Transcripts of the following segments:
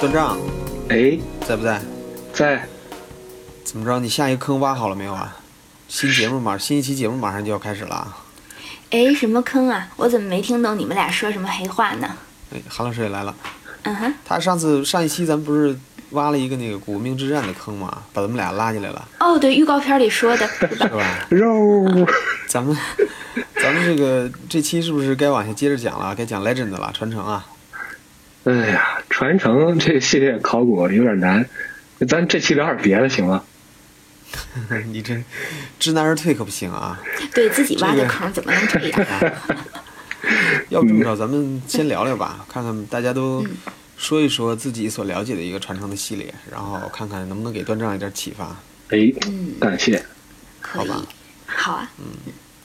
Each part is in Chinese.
段章哎，在不在？在怎么着？你下一个坑挖好了没有啊？新节目马，新一期节目马上就要开始了啊！哎，什么坑啊？我怎么没听懂你们俩说什么黑话呢？哎，韩老师也来了。嗯哼，他上次上一期咱们不是挖了一个那个古文明之战的坑嘛，把咱们俩拉进来了，哦，对，预告片里说 的，对吧是吧？肉， 咱们 咱们这个这期是不是该往下接着讲了？该讲 Legend 了，传承啊！ 哎呀，传承这系列考古有点难，咱这期聊点别的行吗？你这知难而退可不行啊！对自己挖这的个坑怎么能这样？要不这么着，咱们先聊聊吧，看看大家都说一说自己所了解的一个传承的系列，然后看看能不能给段章一点启发。哎，嗯，感谢，可以好吧，好啊，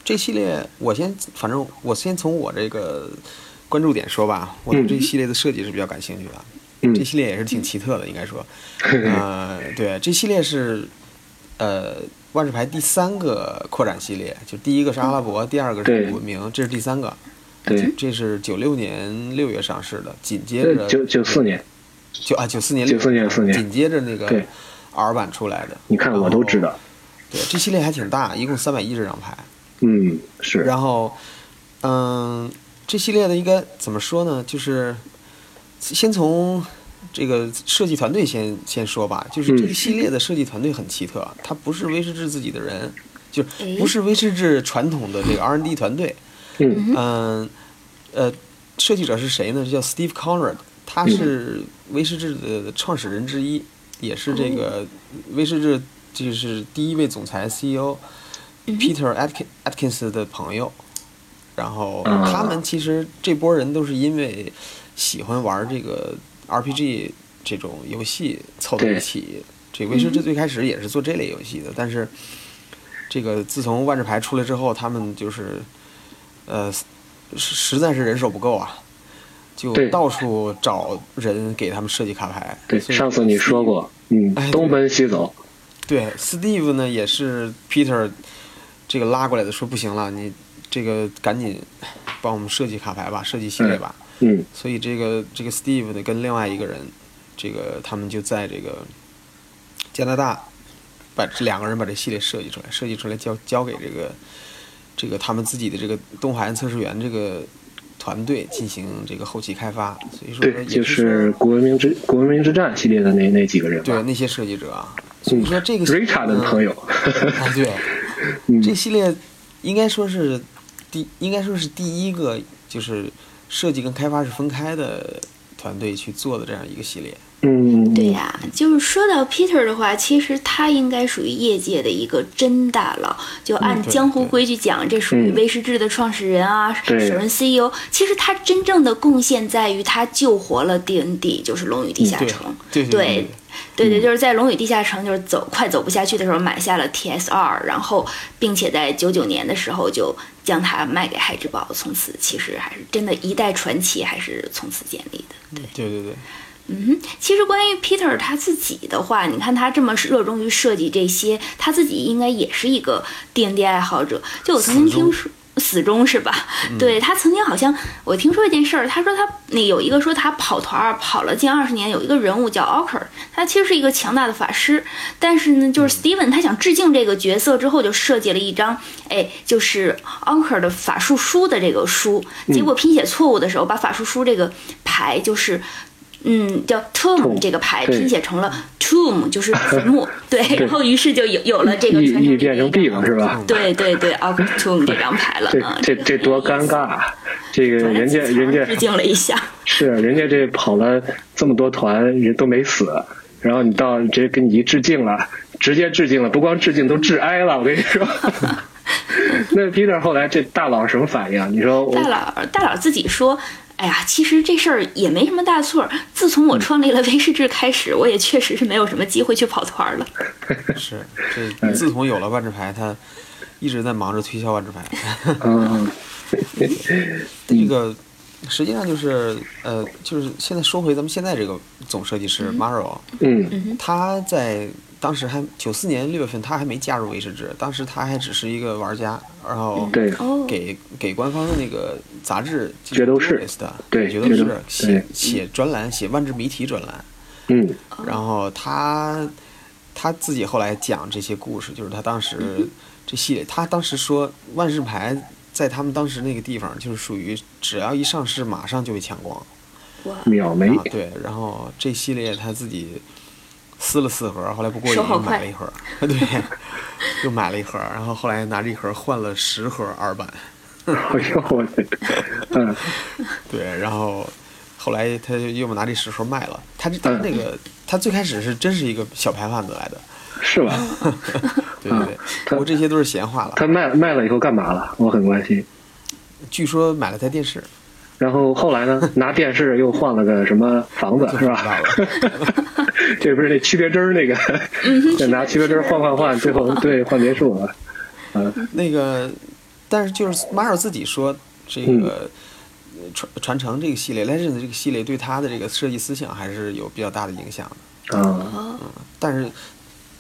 这系列我先，反正我先从我这个关注点说吧，我对这一系列的设计是比较感兴趣的。嗯 这系列也是挺奇特的，应该说，呃，对，这系列是呃万智牌第三个扩展系列，就第一个是阿拉伯，第二个是对古文明，这是第三个，对，这是九六年六月上市的，紧接这着九九四年，九啊九四年94年94年紧接着那个对 R 版出来的，你看我都知哦道，对，这系列还挺大，一共三百一十张牌，嗯，是，然后，嗯，这系列的应该怎么说呢？就是先从这个设计团队先先说吧。就是这个嗯系列的设计团队很奇特，他不是威士忌自己的人，就是诶不是威士忌传统的这个 R&D 团队。嗯嗯，呃，设计者是谁呢？叫 Steve Conrad，他是嗯威士忌的创始人之一，也是这哦个威士忌就是第一位总裁 CEO 嗯 Peter Atkin Atkins 的朋友。然后啊他们其实这波人都是因为喜欢玩这个 RPG 这种游戏凑在一对嗯起。这威士忌最开始也是做这类游戏的，但是这个自从万智牌出来之后，他们就是呃，实实在是人手不够啊，就对到处找人给他们设计卡牌。对，所以上次你说过，嗯哎，东奔西走，对，Steve 呢也是 Peter 这个拉过来的，说不行了，你这个赶紧帮我们设计卡牌吧，设计系列吧。嗯，所以这个这个 Steve 呢跟另外一个人，这个他们就在这个加拿大把这两个人把这系列设计出来，设计出来交交给这个这个他们自己的这个东海岸测试员这个团队进行这个后期开发。所以说也对，就是是说古文明之古文明之战系列的那那几个人对吧，那些设计者啊，所嗯以说这个，Richard 的朋友友，啊，对，嗯这系列应该说是第应该说是第一个就是设计跟开发是分开的团队去做的这样一个系列。嗯，对呀、就是说到 Peter 的话，其实他应该属于业界的一个真大佬。就按嗯对江湖对规矩讲，这属于嗯威士忌的创始人啊，首对任 CEO。其实他真正的贡献在于他救活了 D&D，就是《龙与地下对城》对对对对对嗯对，就是在《龙与地下城》就是走快走不下去的时候买下了 TSR，然后并且在九九年的时候就将它卖给海之宝，从此其实还是真的一代传奇，还是从此建立的。对，对对对，嗯哼，其实关于 Peter 他自己的话，你看他这么热衷于设计这些，他自己应该也是一个 D N D 爱好者。就我曾经死忠听说。死忠是吧？嗯对他曾经好像我听说一件事儿，他说他那有一个说他跑团儿跑了近二十年，有一个人物叫 Ocker，他其实是一个强大的法师，但是呢，嗯就是 Steven 他想致敬这个角色之后，就设计了一张哎，就是 Ocker 的法术书的这个书，嗯结果拼写错误的时候，把法术书这个牌就是嗯，叫 tomb Tomb，这个牌对拼写成了 tomb，就是 坟墓。对，然后于是就有有了这个意传意承变成 B 了是嗯吧？对对对 o c c t o m b 这张牌了这啊，这这多尴尬！啊！这个主要人家自己人家致敬了一下，是人家这跑了这么多团，人都没死，然后你到直接给你一致敬了，直接致敬了，不光致敬都致哀了，我跟你 说。那 Peter 后来这大佬什么反应啊？你说我大佬大佬自己说。哎呀，其实这事儿也没什么大错儿。自从我创立了威士忌开始，我也确实是没有什么机会去跑团儿了。是这自从有了万智牌，他一直在忙着推销万智牌。嗯这个实际上就是呃，就是现在说回咱们现在这个总设计师 Maro，、嗯他在当时还九四年六月份，他还没加入威士忌，当时他还只是一个玩家，然后嗯对哦，给给官方的那个杂志决斗士的对决斗决斗士写对写专栏，写万智谜题专栏。嗯然后他他自己后来讲这些故事，就是他当时这系列，他当时说万智牌在他们当时那个地方就是属于只要一上市马上就被抢光哇，嗯秒没 啊，对，然后这系列他自己撕了四盒，后来不过瘾手好又快买了一盒， 对，又买了一盒，然后后来拿着一盒换了十盒二版，哎呦我的，嗯对，然后后来他就又拿这石头卖了。他嗯这他那个他最开始是真是一个小牌贩子来的，是吧？对对对。不过这些都是闲话了。嗯他卖卖了以后干嘛了？我很关心。据说买了台电视，然后后来呢，拿电视又换了个什么房子就是 知道吧？了。这不是那区别针儿那个， 再拿嗯区别针儿换换换，最后 对换别墅了。那个，但是就是马尔自己说这个。呃传传承这个系列，Legend 这个系列对他的这个设计思想还是有比较大的影响的。啊，哦，但是，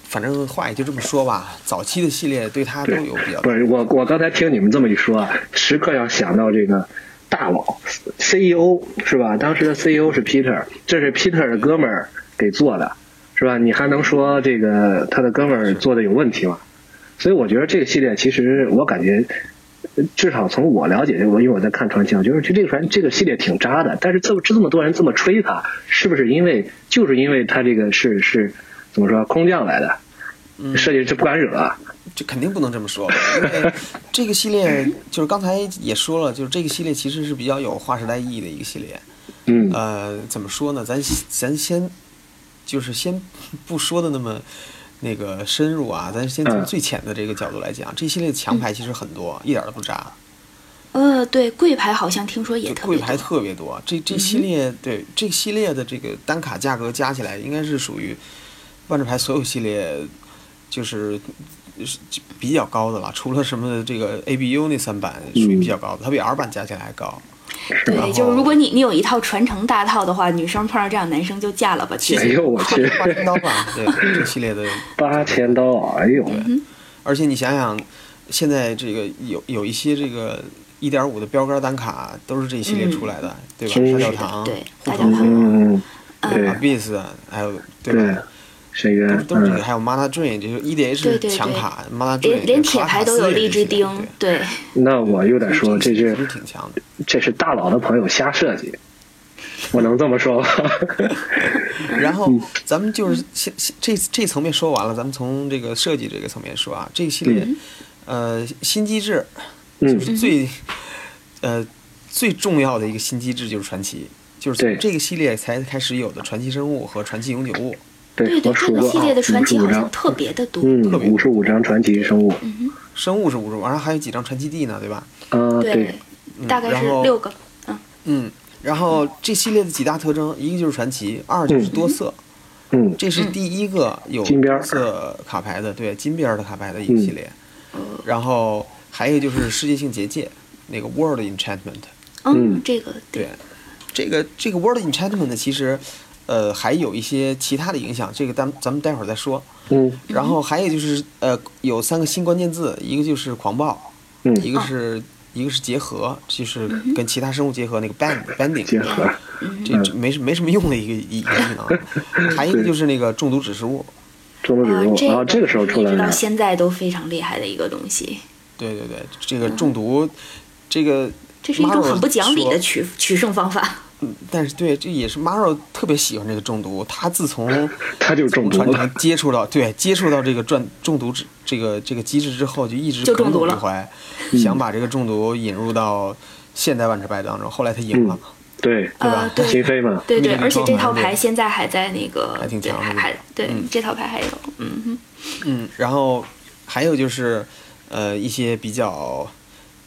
反正话也就这么说吧，早期的系列对他都有比较不是我，我刚才听你们这么一说啊，时刻要想到这个大佬 CEO 是吧？当时的 CEO 是 Peter，这是 Peter 的哥们儿给做的，是吧？你还能说这个他的哥们儿做的有问题吗？所以我觉得这个系列其实我感觉，呃至少从我了解这个，因为我在看传奇，我觉得这个传这个系列挺渣的。但是这么这么多人这么吹他，是不是因为就是因为他这个是是怎么说空降来的？设计师不敢惹，啊这肯定不能这么说，因为这个系列就是刚才也说了，就是这个系列其实是比较有划时代意义的一个系列。嗯呃，怎么说呢？咱咱先就是先不说的那么那个深入啊，咱先从嗯最浅的这个角度来讲，这系列强牌其实很多，一点儿都不渣，呃，对，贵牌好像听说也就特贵别牌多，特别多。这嗯这系列对这系列的这个单卡价格加起来，应该是属于万智牌所有系列就是是比较高的了，除了什么这个 ABU 那三版嗯属于比较高的，它比 R 版加起来还高。然后对，就是如果你你有一套传承大套的话，女生碰上这样男生就嫁了吧，其哎实呦我八去，八千刀吧，对这系列的，八千刀，哎呦，而且你想想，现在这个有有一些这个一点五的标杆单卡都是这一系列出来的，对吧？真大嗯是教的堂、对护大城教河堂嗯，对 Abyss，还有对对吧？，这都个是都是这个，嗯，还有 Mana Drain，就是对 EDH 对强对卡，Mana Drain 连连铁牌都有荔荔枝钉，对，那我有点说这是是不是挺强的？这是大佬的朋友瞎设计，我能这么说吗？ 然后嗯咱们就是先先这这层面说完了，咱们从这个设计这个层面说啊，这个系列，呃，新机制嗯就是最，呃，最重要的一个新机制就是传奇，就是对从这个系列才开始有的传奇生物和传奇永久物。对对，对，我这数个过系啊列的，传五十奇五好像张，特别嗯的多，嗯特，别五十五张传奇生物，生物是五十五，然后还有几张传奇地呢，对吧？啊，对对，，大概然是后六个，嗯，嗯，然后这系列的几大特征，一个就是传奇，二就是多色，嗯，这是第一个有金边儿多色卡牌的，对金边儿的卡牌的一个嗯系列。然后还有就是世界性结界，那个 World Enchantment，嗯嗯，这个对，这个这个 World Enchantment 其实，呃，还有一些其他的影响，这个咱咱们待会儿再说。嗯，然后还有就是，呃，有三个新关键字，一个就是狂暴，嗯一个是一个是结合，就是跟其他生物结合那个 band banding，结合，嗯嗯这这没什没什么用的一个一一个技 能。还有一个就是那个中毒指示物，中国植啊物，然后这这个时候出来一直到了，现在都非常厉害的一个东西，对对对，这个中毒，这个这是一种 Maro 很不讲理的说取取胜方法。嗯但是对，这也是 Maro 特别喜欢这个中毒，他自从他就中毒传了承，接触到对接触到这个转中毒之这个这个机制之后，就一直就中耿毒耿于了怀，嗯想把这个中毒引入到现代万智牌当中。后来他赢了，对，对吧呃，对心扉嘛，对对，那个而且这装套潢牌对现在还在那个，还挺对强的还那个还对嗯，这套牌还有，嗯哼，嗯，然后还有就是呃一些比较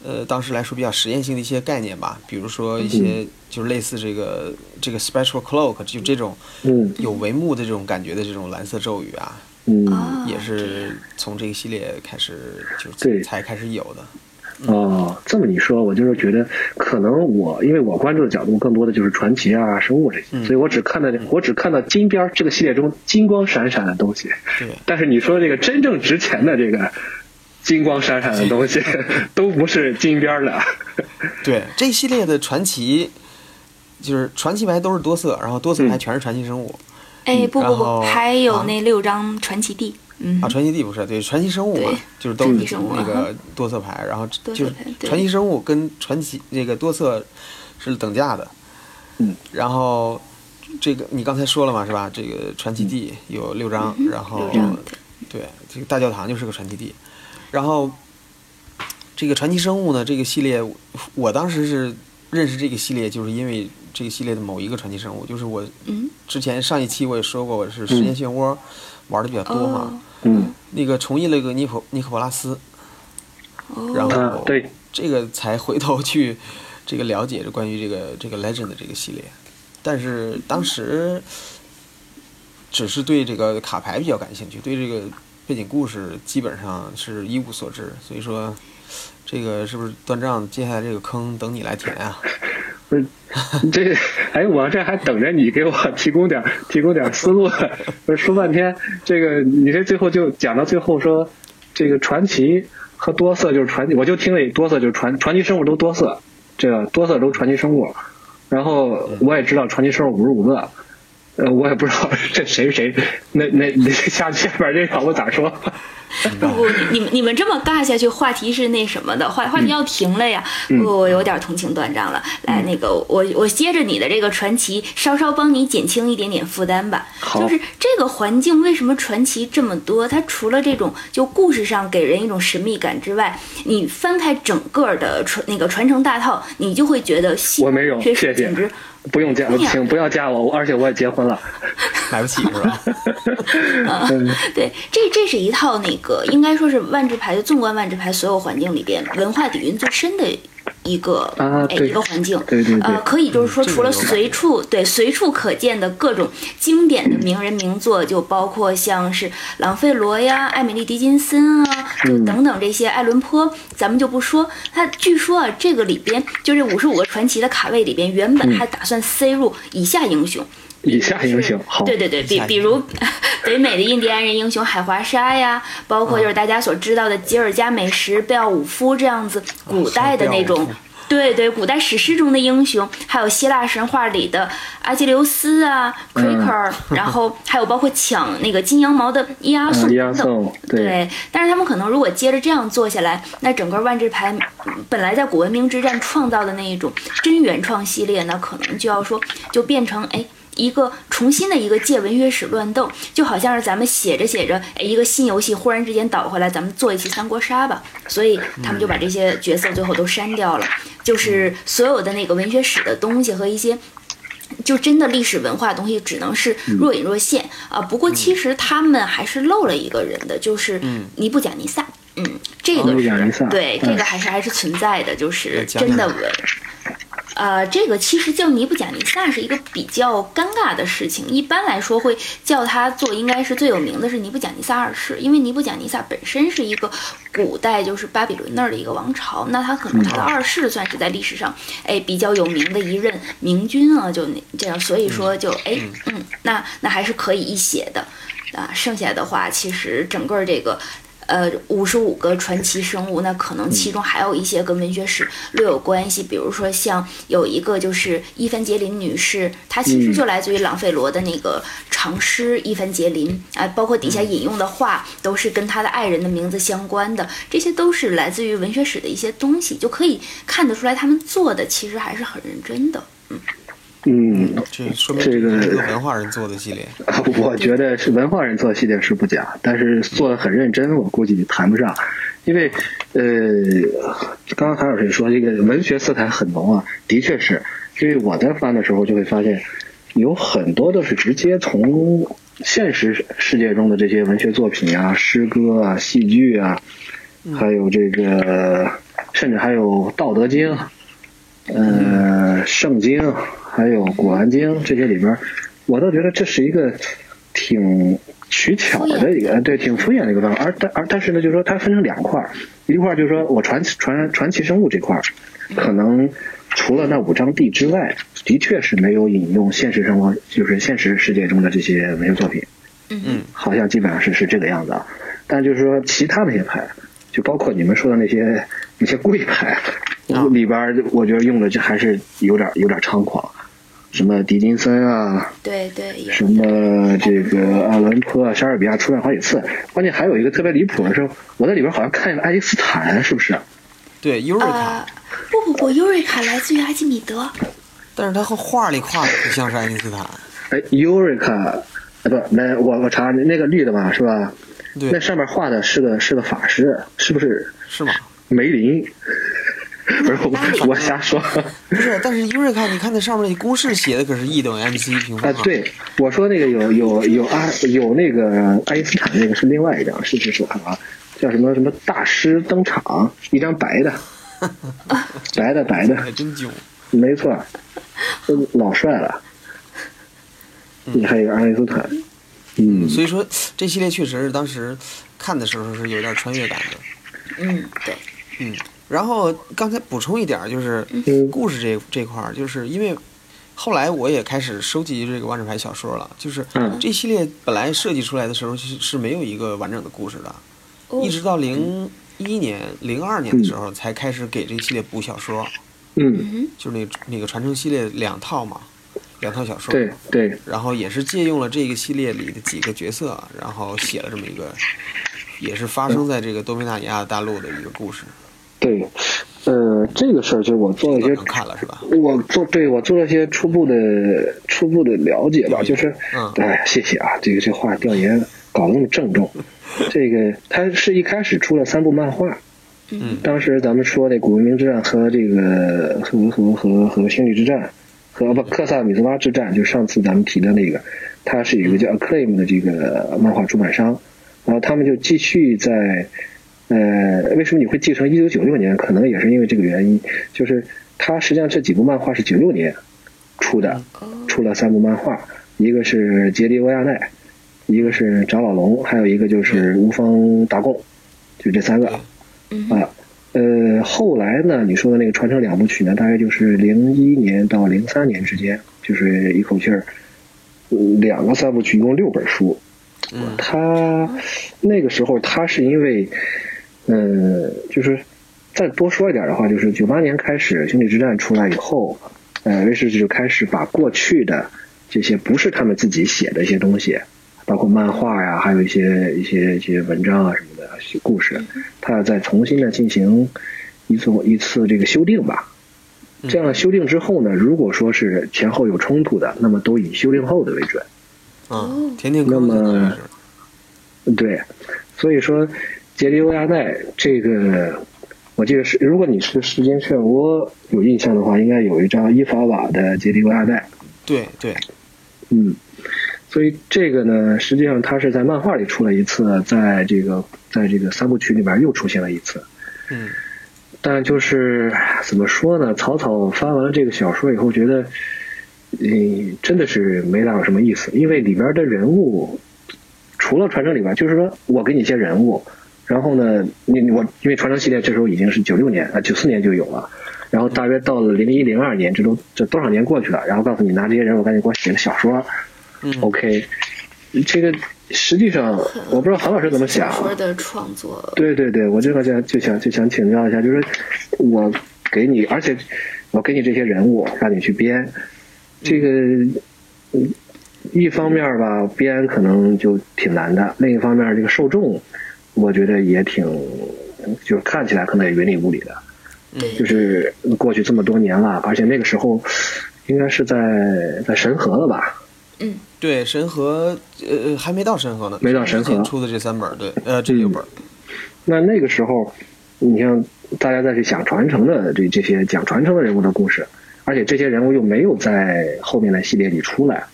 呃当时来说比较实验性的一些概念吧，比如说一嗯些就是类似这个这个 special cloak 就这种嗯有帷幕的这种感觉的这种蓝色咒语啊，嗯，啊，也这样是从这个系列开始就是对才开始有的。哦，这么一说，我就是觉得可能我因为我关注的角度更多的就是传奇啊、生物这些，所以我只看到我只看到金边儿这个系列中金光闪闪的东西。对，但是你说这个真正值钱的这个金光闪闪的东西，都不是金边儿的。对，这一系嗯列的传奇，就是传奇牌都是多色，然后多色牌全是传奇生物。哎，不不嗯然不，后还有啊那六张传奇地，嗯啊，，传奇地不是对传奇生物嘛对，就是都传奇是生物那啊个多色牌，然后多就色是牌对传奇生物跟传奇这个多色是等价的。嗯，然后这个你刚才说了嘛，是吧？这个传奇地嗯有六张，然后嗯六张对对这个大教堂就是个传奇地，然后这个传奇生物呢这个系列，我我当时是认识这个系列，就是因为这个系列的某一个传奇生物，就是我嗯之前上一期我也说过，我是时间漩涡玩的比较多嘛。哦嗯那个重印了一个尼可尼可波拉斯，然哦，啊后，对，这个才回头去 这个了解这关于这个这个 Legend 的这个系列，但是当时只是对这个卡牌比较感兴趣，对这个背景故事基本上是一无所知，所以说这个是不是断账？接下来这个坑等你来填啊！ 不是 这，哎，我这还等着你给我提供点提供点思路。不是说半天，这个你这最后就讲到最后说，这个传奇和多色就是传奇，我就听了多色就是传传奇生物都多色，这个多色都传奇生物。然后我也知道传奇生物五十五个，呃，我也不知道这谁谁，那那那下下边这场我咋说？不不，你们你们这么尬下去，话题是那什么的，话嗯话题要停了呀。我我有点同情断章了，来那个我我接着你的这个传奇，稍稍帮你减轻一点点负担吧。好就是这个环境为什么传奇这么多？它除了这种就故事上给人一种神秘感之外，你翻开整个的传那个传承大套，你就会觉得西我没有这谢是谢简 直不用加，请不要加我，而且我也结婚了。买不起是吧？ 对，这这是一套那个应该说是万智牌就纵观万智牌所有环境里边文化底蕴最深的一个、啊哎对一个环境。对对对呃，可以就是说，嗯这个除了有感随处、对随处可见的各种经典的名人名作，就包括像是朗费罗呀、艾米丽·狄金森啊，就嗯等等这些艾伦坡，咱们就不说。他据说啊，这个里边就这五十五个传奇的卡位里边，原本嗯还打算塞入以下英雄，以下英雄，好，对对对，比下一比个如 北美的印第安人英雄海华沙呀，包嗯括就是大家所知道的吉尔加美什、贝奥武夫这样子古代的那哦贝种奥武夫。对对，古代史诗中的英雄，还有希腊神话里的阿基琉斯啊、Cracker，、然后还有包括抢那个金羊毛的伊阿宋嗯，等一二等。送，对，对，但是他们可能如果接着这样做下来，那整个万智牌嗯本来在古文明之战创造的那一种真原创系列呢，可能就要说就变成哎。一个重新的一个借文学史乱斗，就好像是咱们写着写着，哎，一个新游戏忽然之间倒回来，咱们做一期三国杀吧。所以他们就把这些角色最后都删掉了，就是所有的那个文学史的东西和一些就真的历史文化的东西只能是嗯若隐若现啊、不过其实他们还是漏了一个人的，就是尼布贾尼撒。嗯，这个尼布是、贾尼撒对嗯这个还是还是存在的，就是讲真讲的吧文。呃，这个其实叫尼布贾尼撒是一个比较尴尬的事情。一般来说会叫他做，应该是最有名的是尼布贾尼撒二世，因为尼布贾尼撒本身是一个古代就是巴比伦那儿的一个王朝，那他可能他的二世算是在历史上哎比较有名的一任明君啊，就那这样，所以说就哎嗯，那那还是可以一写的。啊，剩下的话，其实整个这个，呃，五十五个传奇生物，那可能其中还有一些跟文学史略有关系，比如说像有一个就是伊凡杰林女士，她其实就来自于朗费罗的那个长诗《伊凡杰林》啊，包括底下引用的话都是跟她的爱人的名字相关的，这些都是来自于文学史的一些东西，就可以看得出来他们做的其实还是很认真的。嗯，这说明这个是一个文化人做的系列， 我觉得是文化人做系列是不假，但是做的很认真，我估计谈不上，因为呃，刚刚韩老师说这个文学色彩很浓啊，的确是，因为我在翻的时候就会发现，有很多都是直接从现实世界中的这些文学作品啊、诗歌啊、戏剧啊，还有这个，甚至还有《道德经》。呃，圣经还有古兰经这些里边儿，我倒觉得这是一个挺取巧的一个，对，挺敷衍的一个办法。而但而但是呢，就是说它分成两块儿，一块儿就是说我传传传奇生物这块儿，可能除了那五张地之外，的确是没有引用现实生活，就是现实世界中的这些文学作品。嗯，好像基本上是是这个样子啊。但就是说，其他那些牌，就包括你们说的那些那些贵牌，啊 里边儿我觉得用的这还是有点有点猖狂。什么狄金森啊，对对，也什么这个阿伦坡啊、莎士比亚出现好几次。关键还有一个特别离谱的是，我在里边好像看见了爱因斯坦，是不是？对，尤瑞呃卡，，不不不，尤瑞卡来自于阿基米德，但是他和画里画的不像是爱因斯坦。哎，尤瑞卡，啊不，没我我查那个绿的吧，是吧？那对，上面画的是个是个法师，是不是是吗？梅林？ 不是哎我我瞎说。不是，但是尤瑞卡，你看那上面那公式写的可是 E 等于 mc 平啊方，对，我说那个有有有阿、有那个爱因斯坦那个是另外一张，是是是，我看啊，叫什么什么大师登场，一张白的，白的白的，还真囧。没错，嗯老帅了。你还有一个爱因斯坦，嗯，所以说这系列确实是当时看的时候是有点穿越感的。嗯，对，嗯，然后刚才补充一点儿，就是嗯故事这这块儿，就是因为后来我也开始收集这个万智牌小说了，就是嗯这系列本来设计出来的时候是是没有一个完整的故事的，哦一直到零一年、零二年的时候才开始给这系列补小说，嗯，就是那个那个传承系列两套嘛，两套小说。对对，然后也是借用了这个系列里的几个角色，啊然后写了这么一个，也是发生在这个多米纳尼亚大陆的一个故事。对，呃，这个事儿就是我做了一些能看了是吧？我做对我做了一些初步的初步的了解吧，研就是，嗯哎，谢谢啊，这个这话调研搞得那么郑重，这个他是一开始出了三部漫画，嗯当时咱们说那《古文明之战》和这个和和和和星际之战，和不克萨米兹拉之战，就上次咱们提的那个，它是有一个叫 Acclaim 的这个漫画出版商，然后他们就继续在，呃，为什么你会继承一九九六年？可能也是因为这个原因，就是它实际上这几部漫画是九六年出的，哦嗯出了三部漫画，一个是杰迪·欧亚奈，一个是长老龙，还有一个就是无方达贡，就这三个。嗯啊，呃，后来呢，你说的那个传承两部曲呢，大概就是零一年到零三年之间，就是一口气儿，呃两个三部曲，一共六本书。嗯他那个时候他是因为，呃，就是再多说一点的话，就是九八年开始《星际之战》出来以后，呃，威士忌就开始把过去的这些不是他们自己写的一些东西，包括漫画呀、还有一些一些一些文章啊什么的一些故事，他要再重新的进行一次一次这个修订吧。这样修订之后呢，如果说是前后有冲突的，那么都以修订后的为准。嗯，甜甜哥那么就是对，所以说杰里欧亚奈这个，我记得是，如果你是时间漩涡有印象的话，应该有一张伊法瓦的杰里欧亚奈，对对，嗯，所以这个呢，实际上它是在漫画里出了一次，在这个在这个三部曲里面又出现了一次，嗯但就是怎么说呢？草草翻完了这个小说以后，觉得，嗯，真的是没大有什么意思，因为里边的人物，除了传承里边，就是说我给你一些人物，然后呢，你你我因为传承系列这时候已经是九六年啊九四年就有了，然后大约到了零一零二年，这都这多少年过去了，然后告诉你拿这些人物赶紧给我写个小说嗯， ，OK，这个实际上我不知道韩老师怎么想，啊小说的创 作，对对对，我这个想就想就想请教一下，就是我给你，而且我给你这些人物让你去编，这个嗯一方面吧编可能就挺难的，另一方面这个受众，我觉得也挺，就是看起来可能也云里雾里的，对，就是过去这么多年了，而且那个时候应该是在在神河了吧？嗯，对，神和呃还没到神和呢，没到神和之前出的这三本儿，对，呃这六本儿，那那个时候，你像大家再去想传承的这这些讲传承的人物的故事，而且这些人物又没有在后面的系列里出来，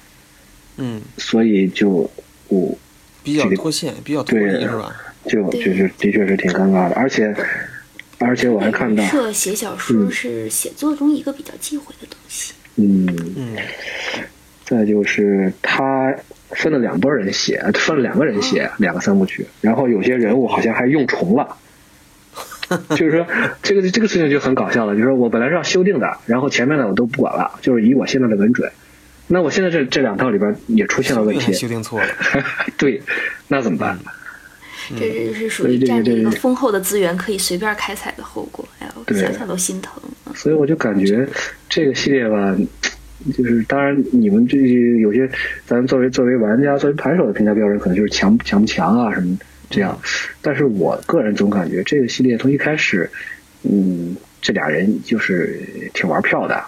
嗯，所以就我比较这个脱线，比较脱离对是吧？就对就是的确是挺尴尬的，而且而且我还看到，社写小说嗯是写作中一个比较忌讳的东西。嗯，嗯，再就是他分了两拨人写，呃分了两个人写两个三部曲，然后有些人物好像还用重了。就是说，这个这个事情就很搞笑了。就是说我本来是要修订的，然后前面的我都不管了，就是以我现在的文准。那我现在这这两套里边也出现了修问订还题，修订错了，对，那怎么办？嗯这就是属所以于这个占着一这个个丰厚的资源可以随便开采的后果，哎呦，对想想都心疼。嗯所以我就感觉这个系列吧，就是当然你们这些有些，咱作为作为玩家、作为牌手的评价标准，可能就是强强不强啊什么这样。但是我个人总感觉这个系列从一开始，嗯，这俩人就是挺玩票的。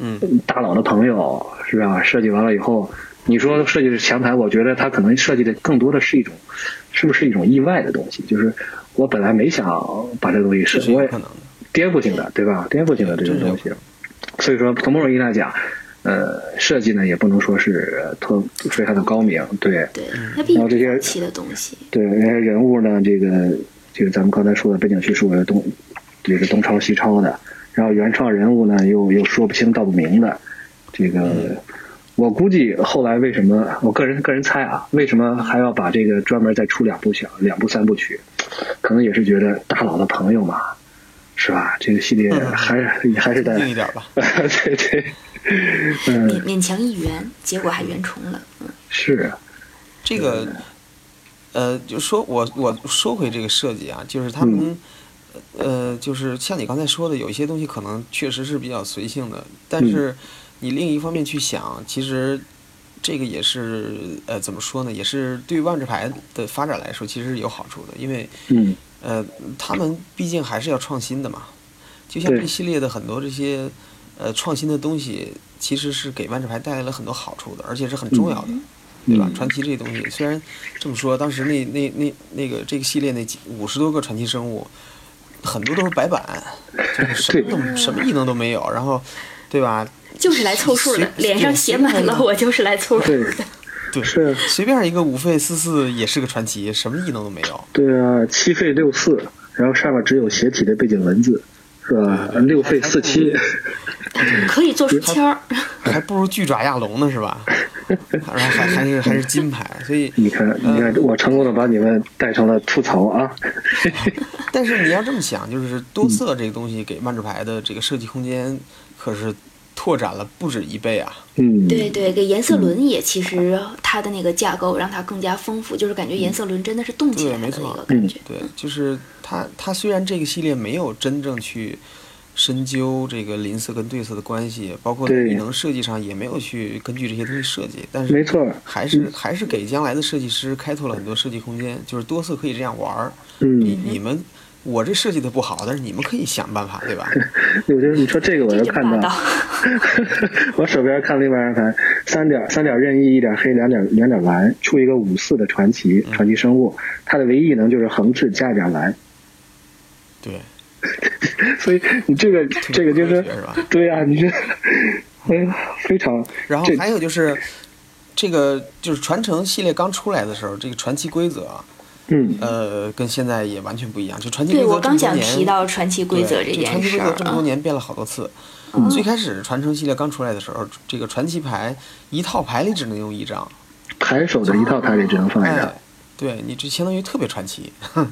嗯，大佬的朋友是吧？设计完了以后，你说设计的是强牌，我觉得他可能设计的更多的是一种，是不是一种意外的东西？就是我本来没想把这个东西这设是，有我也可能的。颠覆性的，对吧？颠覆性的这种东西。所以说，从某种意义上讲，呃，设计呢也不能说是呃特非常的高明，对对，嗯它毕然后这些竟期的东西，对。而且人物呢，这个就是咱们刚才说的背景叙述的东，也是东抄西抄的，然后原创人物呢又又说不清道不明的，这个。我估计后来为什么，我个人个人猜啊，为什么还要把这个专门再出两部小两部三部曲？可能也是觉得大佬的朋友嘛，是吧？这个系列还是、还是得。定一点吧 对对，嗯勉勉强一圆，结果还圆重了。嗯，是，啊这个，呃，就说我我说回这个设计啊，就是他们，呃，就是像你刚才说的，有一些东西可能确实是比较随性的，但是你另一方面去想，其实这个也是呃怎么说呢，也是对万智牌的发展来说其实是有好处的，因为嗯呃他们毕竟还是要创新的嘛，就像对这系列的很多这些呃创新的东西，其实是给万智牌带来了很多好处的，而且是很重要的。对吧？传奇这东西，虽然这么说，当时那那那那个这个系列那五十多个传奇生物，很多都是白板，就是什么都什么异能都没有，然后，对吧？就是来凑数的谁，脸上写满了我就是来凑嗯数对的。对，是，随便一个五费四四也是个传奇，什么异能都没有。对啊，七费六四，然后上面只有斜体的背景文字，是吧？六费四七，可以做书签儿，嗯还不如巨爪亚龙呢，是吧？然后还还是还是金牌，所以你看你看，我成功的把你们带成了吐槽啊，但是你要这么想，就是多色这个东西给万智牌的这个设计空间可是拓展了不止一倍啊。嗯，对对，给颜色轮也其实它的那个架构让它更加丰富，就是感觉颜色轮真的是动起来对没了的错一个感觉。对，就是它，它虽然这个系列没有真正去深究这个邻色跟对色的关系，包括对异能设计上也没有去根据这些东西设计，但没是错，还是还是给将来的设计师开拓了很多设计空间，就是多色可以这样玩儿。你嗯，你们我这设计的不好，但是你们可以想办法，对吧？我觉得你说这个我这就真看霸到道，， 我手边看另外一张牌，三点三点任意，一点黑，两点两点蓝，出一个五四的传奇传奇生物，它的唯一异能就是横置加一点蓝， 对，所以你这个这个就是科学是吧？对呀、你这， 哎呀，非常然后这还有就是。这个就是传承系列刚出来的时候，这个传奇规则啊，嗯呃，跟现在也完全不一样。就传奇规对则我这刚么多想年提到传奇规则对这件传奇事规则儿这么多啊，嗯年变了好多次。最开始传承系列刚出来的时候，这个传奇牌一套牌里只能用一张，牌手的一套牌里只能放一张哎，，对你这相当于特别传奇， 嗯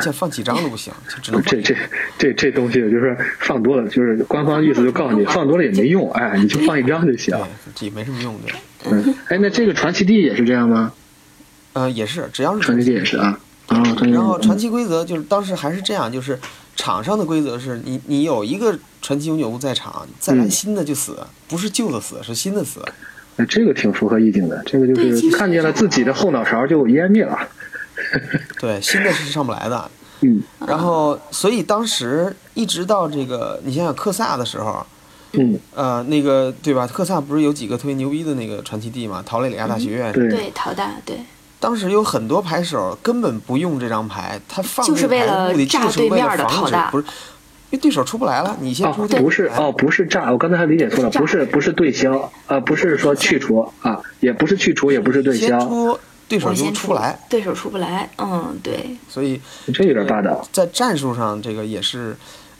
像放几张都不行，就只能放这这这这东西就是放多了，就是官方意思就告诉你放多了也没用，哎，你就放一张就 行。对，也没什么用对。嗯，哎，那这个传奇地也是这样吗？呃，也是，只要是传奇地也是啊，啊，传奇地然后传奇规则就是当时还是这样，就是场上的规则是你你有一个传奇永久物在场，再来嗯新的就死，不是旧的死，是新的死。哎这个挺符合意境的，这个就对其是实看见了自己的后脑勺就湮灭了。对，新的是上不来的，嗯然后，所以当时一直到这个，你想想克萨的时候，嗯，呃，那个对吧？克萨不是有几个特别牛逼的那个传奇地嘛，陶雷里亚大学院。嗯对对陶大对，当时有很多牌手根本不用这张牌，他放就是这个为牌了的目的炸就是对为面了的防陶止大不是，因为对手出不来了，你先哦出，哎不是哦，不是炸，我刚才还理解错了，炸不是不是对消，啊，不是说去除啊，也不是去除，也不是对你先消，出对手我就先出不来，，对手出不来，嗯，对，所以这有点霸道。在战术上，这个也是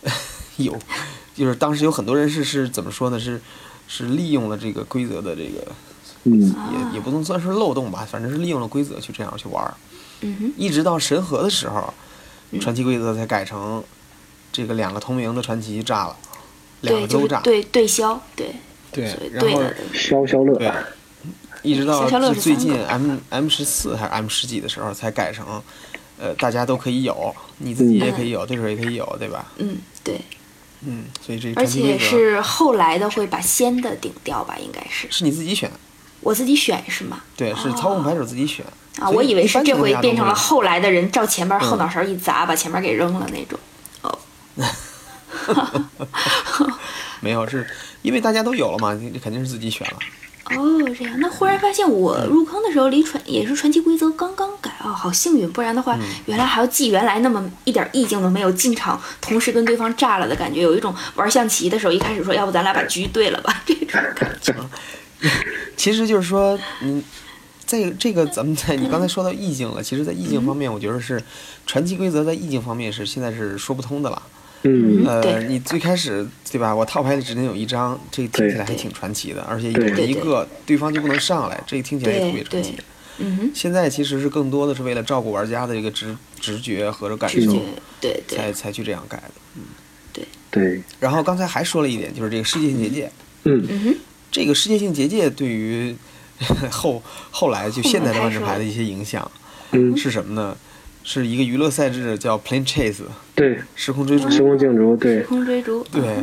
有，就是当时有很多人是是怎么说呢？是是利用了这个规则的这个嗯啊也也不能算是漏洞吧，反正是利用了规则去这样去玩儿。嗯哼，一直到神和的时候，嗯传奇规则才改成这个两个同名的传奇炸了，两对，个就都是炸。对对消，对，对所以然对后的，消消乐，对，一直到小乔乐是最三个近 M M 十四还是 M 十几的时候才改成，呃，大家都可以有，你自己也可以有，对手也可以有，对吧？嗯，对，嗯，所以这个而传奇且规则是后来的会把先的顶掉吧，应该是是你自己选，我自己选是吗？对，是操控牌手自己选哦啊，所我以为是一般这情况回下变都成会了后来的人照前面后嗯脑勺一砸，把前面给扔了那种。没有，是因为大家都有了嘛，你肯定是自己选了。哦，这样。那忽然发现嗯我入坑的时候离传也是传奇规则刚刚改哦，好幸运，不然的嗯话，原来还要记原来那么一点意境都没有，进场同时跟对方炸了的感觉，有一种玩象棋的时候一开始说要不咱俩把局对了吧这种感觉。其实就是说，嗯，这个这个咱们在你刚才说到意境了，其实，在意境方面，我觉得是传奇规则在意境方面是现在是说不通的了。嗯，呃，对你最开始对吧？我套牌里只能有一张，这个听起来还对挺传奇的，而且有对了对一对个对方就不能上来，这个听起来也特别对传对奇。，嗯哼，现在其实是更多的是为了照顾玩家的这个直直觉和感直受觉，，对才对才去这样改的。对，然后刚才还说了一点，就是这个世界性结界，嗯嗯哼，这个世界性结界对于 后后来就现代的万智牌的一些影响嗯，是什么呢？是一个娱乐赛制叫 Plane Chase 对，时空追逐。嗯时空竞逐，对时，空追逐，对，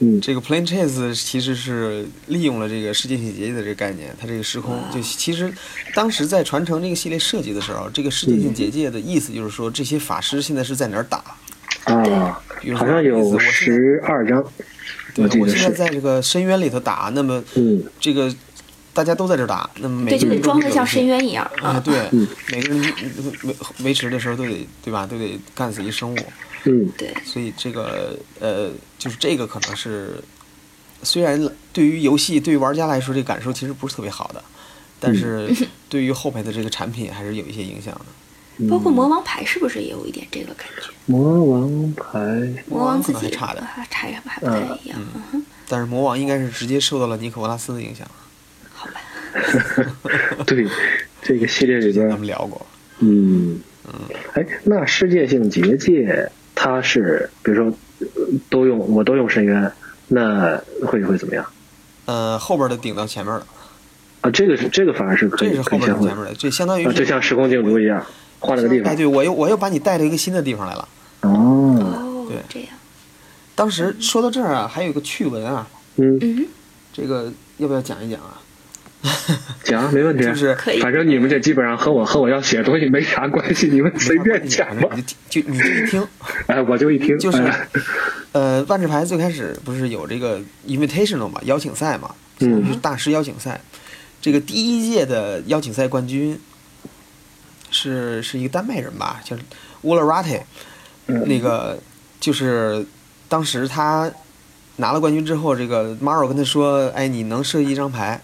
嗯这个 Plane Chase 其实是利用了这个世界性结界的这个概念，它这个时空就其实当时在传承这个系列设计的时候，这个世界性结界的意思就是说这些法师现在是在哪儿打？啊，比如说好像我有现在十二张，对，记我得现在是，在这个深渊里头打，那么嗯这个大家都在这儿打，那么每对，个就得人都装是的像有一些深渊一样啊，啊。对，每个人维维持的时候都得对吧，都得干死一生物，嗯对，所以这个呃，就是这个可能是，虽然对于游戏对于玩家来说这感受其实不是特别好的，但是对于后面的这个产品还是有一些影响的。嗯包括魔王牌是不是也有一点这个感觉？魔王牌，魔魔王王可自能己还差点啊差点还不太一样，嗯哼，但是魔王应该是直接受到了尼可波拉斯的影响，好吧。对，这个系列里之前咱边们，聊过。嗯，哎，那世界性结界，它是比如说呃都用我都用深渊，那会会怎么样？呃，后边的顶到前面了，啊，这个是这个反而是可这以是后可边以先的会前面的，这相当于啊，就是像时空竞逐一样，换了个地哎，方。对我又我又把你带到一个新的地方来了。哦，哦对，这样，当时说到这儿啊，还有一个趣闻啊，嗯，嗯，这个要不要讲一讲啊？讲啊没问题，就是可以反正你们这基本上和我和我要写的东西没啥关系，你们随便讲吧。 你就就你就一听，哎，我就一听，就是哎呃，万智牌最开始不是有这个 invitational 嘛，邀请赛嘛，嗯就是大师邀请赛。这个第一届的邀请赛冠军是是一个丹麦人吧，叫 w o l a r a t e 那个就是当时他拿了冠军之后，这个 Maro 跟他说：“哎，你能设计一张牌，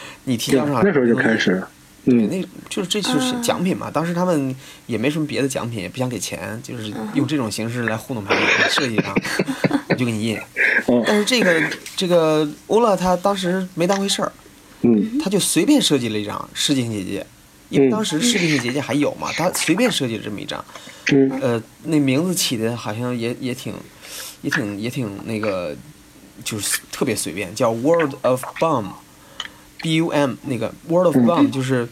你提交上来。”嗯那时候就开始了，对，嗯，那就是这就是啊奖品嘛。当时他们也没什么别的奖品，也不想给钱，就是用这种形式来糊弄盘，设计 上我就给你印。哦，但是这个这个欧拉他当时没当回事儿，嗯他就随便设计了一张世界性结界，因为当时世界性结界还有嘛，他随便设计了这么一张。嗯呃，那名字起的好像也也挺，也挺也挺那个，就是特别随便，叫 World of Bomb，B U M 那个 World of Bomb 就是，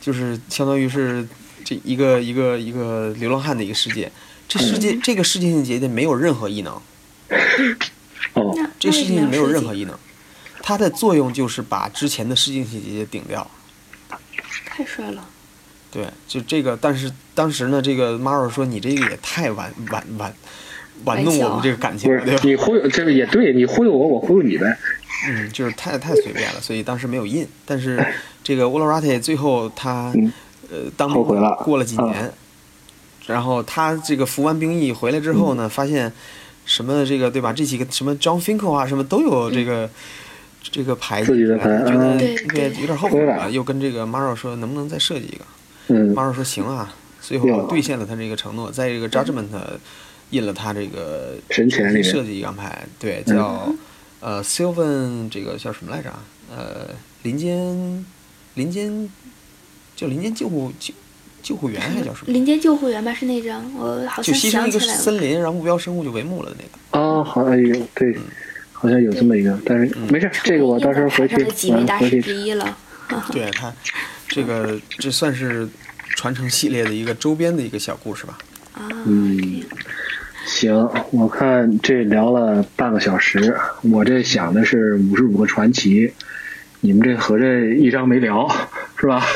就是相当于是这一个一个一个流浪汉的一个世界。这世界这个世界性结界没有任何异能，哦，那这世界性没有任何意异能，它的作用就是把之前的世界性结界顶掉。太帅了，对，就这个，但是当时呢，这个 Maro 说你这个也太玩玩玩玩弄我们这个感情不了，对吧是？你忽悠，这个也对，你忽悠我，我忽悠你呗。嗯，就是太太随便了，所以当时没有印。但是这个 w o l o r a t e 最后他、嗯呃当后悔了过了几嗯年，然后他这个服完兵役回来之后嗯呢，发现什么这个对吧？这几个什么 John Finkel 啊，什么都有这个、这个牌子，自己嗯的牌觉得嗯对对对有点后悔对了，又跟这个 Maro 说能不能再设计一个嗯， ，Maro 说行啊，最有后了兑现了他这个承诺，在这个 Judgment 印了他这个神钱里设面，嗯计一张牌，对，叫、呃 Sylvan 这个叫什么来着啊？呃，林间林间就林间救护救救护员还叫什么？林间救护员吧，是那张，我好就像牺牲想一个起来森了。林，然后目标生物就为目了的那个。哦，好像有对，好像有这么一个，但是嗯没事，这个我到时候回去查的几位嗯大回师去之一了，对他，这个这算是传承系列的一个周边的一个小故事吧。啊，嗯这样行，我看这聊了半个小时，我这想的是五十五个传奇，你们这合着一章没聊是吧？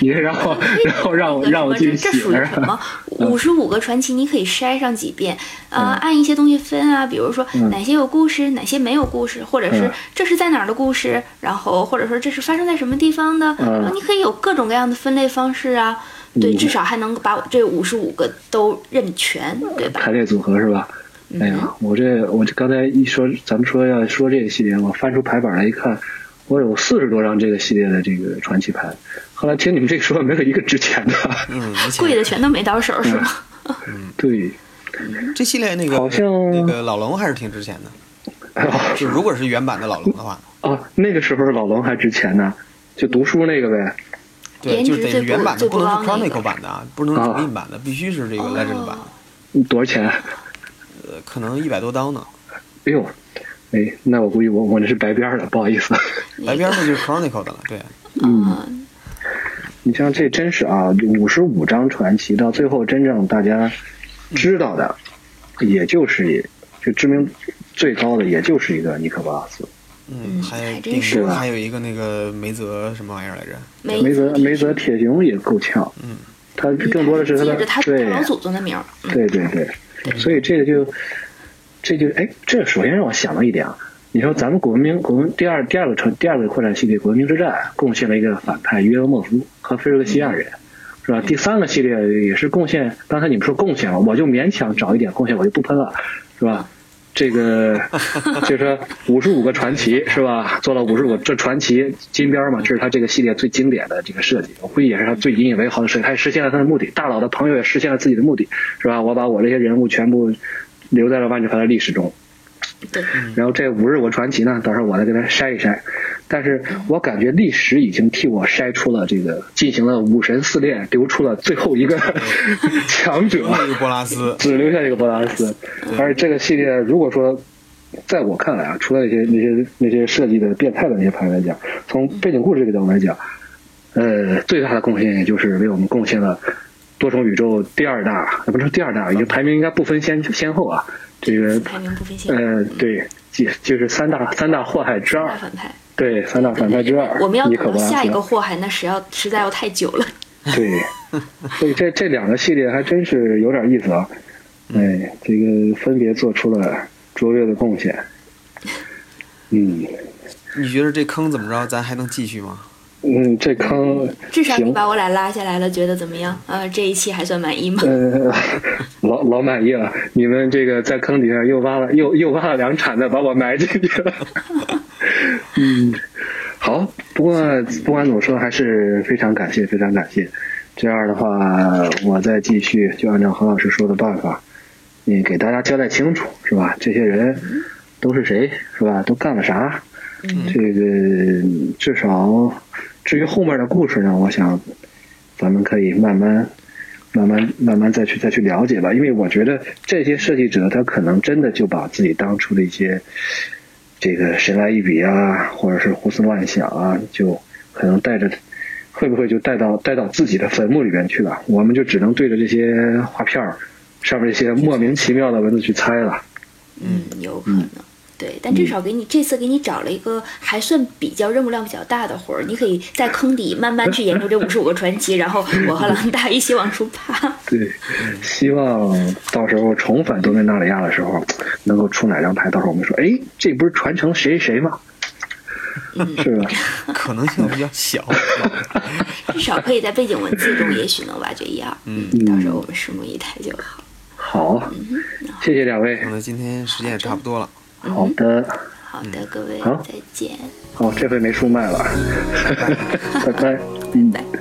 你这让我让我让我让我这进去嗯嗯这属洗于了是什吧 么？五十五个传奇，你可以筛上几遍，嗯呃，按一些东西分啊，比如说哪些有故事，哪些没有故事，或者是嗯这是在哪儿的故事，然后或者说这是发生在什么地方的，嗯然后你可以有各种各样的分类方式啊。对，嗯至少还能把我这五十五个都认全，对吧？排列组合是吧？嗯哎呀，我这我这刚才一说，咱们说要说这个系列，我翻出排版来一看，我有四十多张这个系列的这个传奇盘。后来听你们这说，没有一个值钱的。嗯，而且贵的全都没到手，是吗？ 对，这系列那个好像那个老龙还是挺值钱的，啊、就如果是原版的老龙的话，哦，那个时候老龙还值钱呢，就读书那个呗。对，颜就值是得最是原不版的，最不不能是高那 Chronicle 个版的啊，不能啊是印版的，必须是这个 Legend 版哦的，多少钱？呃，可能一百多刀呢。哎呦，哎，那我估计我我那是白边儿了，不好意思。 白边那就是 Chronicle 的了，对，嗯，你像这真是啊，五十五张传奇到最后真正大家知道的，也就是就知名最高的，也就是一个尼克波拉斯。嗯，嗯还还顶真是多吧还有一个那个梅泽什么玩意儿来着？没梅泽梅泽铁雄也够呛，嗯，他更多的是他记的着他对老祖宗的名儿，嗯对对对，所以这个就这就哎，这首先让我想到一点啊，你说咱们古文明古文第二第二个传第二个扩展系列《古文明之战》贡献了一个反派约俄莫夫和菲尔克西亚人。是吧？第三个系列也是贡献，刚才你们说贡献了，我就勉强找一点贡献，我就不喷了，是吧？这个就是说五十五个传奇是吧？做了五十五这传奇金边嘛，这是他这个系列最经典的这个设计，我估计也是他最引以为豪的设计，他也实现了他的目的。大佬的朋友也实现了自己的目的，是吧？我把我这些人物全部留在了万智牌的历史中。对，然后这五十五个传奇呢，到时候我再给它筛一筛。但是我感觉历史已经替我筛出了这个，进行了五神四练，留出了最后一个 强者。那个波拉斯，只留下一个博拉斯。而这个系列，如果说在我看来啊，除了那些那些那些设计的变态的那些盘来讲，从背景故事这个角度来讲，呃，最大的贡献也就是为我们贡献了多重宇宙第二大，呃也不是第二大，已经排名应该不分先先后啊。这个排名不分先，呃，对，就就是三大三大祸害之二大，反派。对，三大反派之二，我们要尼等可到波拉下一斯个祸害，那实要实在要太久了。对，所以这这两个系列还真是有点意思啊。哎，这个分别做出了卓越的贡献。嗯你觉得这坑怎么着？咱还能继续吗？嗯，这坑至少你行，把我俩拉下来了，觉得怎么样？呃，这一期还算满意吗？呃，老老满意了。你们这个在坑底下又挖了又又挖了两铲子，把我埋进去了。 嗯，好。不过不管怎么说，还是非常感谢，非常感谢。这样的话，我再继续就按照何老师说的办法，你给大家交代清楚，是吧？这些人都是谁，是吧？都干了啥？这个至少，至于后面的故事呢，我想咱们可以慢慢、慢慢、慢慢再去再去了解吧。因为我觉得这些设计者他可能真的就把自己当初的一些这个神来一笔啊，或者是胡思乱想啊，就可能带着。会不会就带到带到自己的坟墓里边去了？我们就只能对着这些画片儿上面这些莫名其妙的文字去猜了。嗯，有可能。对，但嗯至少给你这次给你找了一个还算比较任务量比较大的活儿，你可以在坑底慢慢去研究这五十五个传奇，然后我和狼大一起往出爬。 对，希望到时候重返多米纳里亚的时候，能够出哪张牌？到时候我们说，哎，这不是传承谁谁吗？是吧？可能性比较小。至少可以在背景文字中，也许能挖掘一二。嗯，到时候我们拭目以待就好。好，谢谢两位可。能今天时间也差不多了，好的，哦好的，各位，好再见， 好，这回没书卖了，拜拜。嗯拜拜。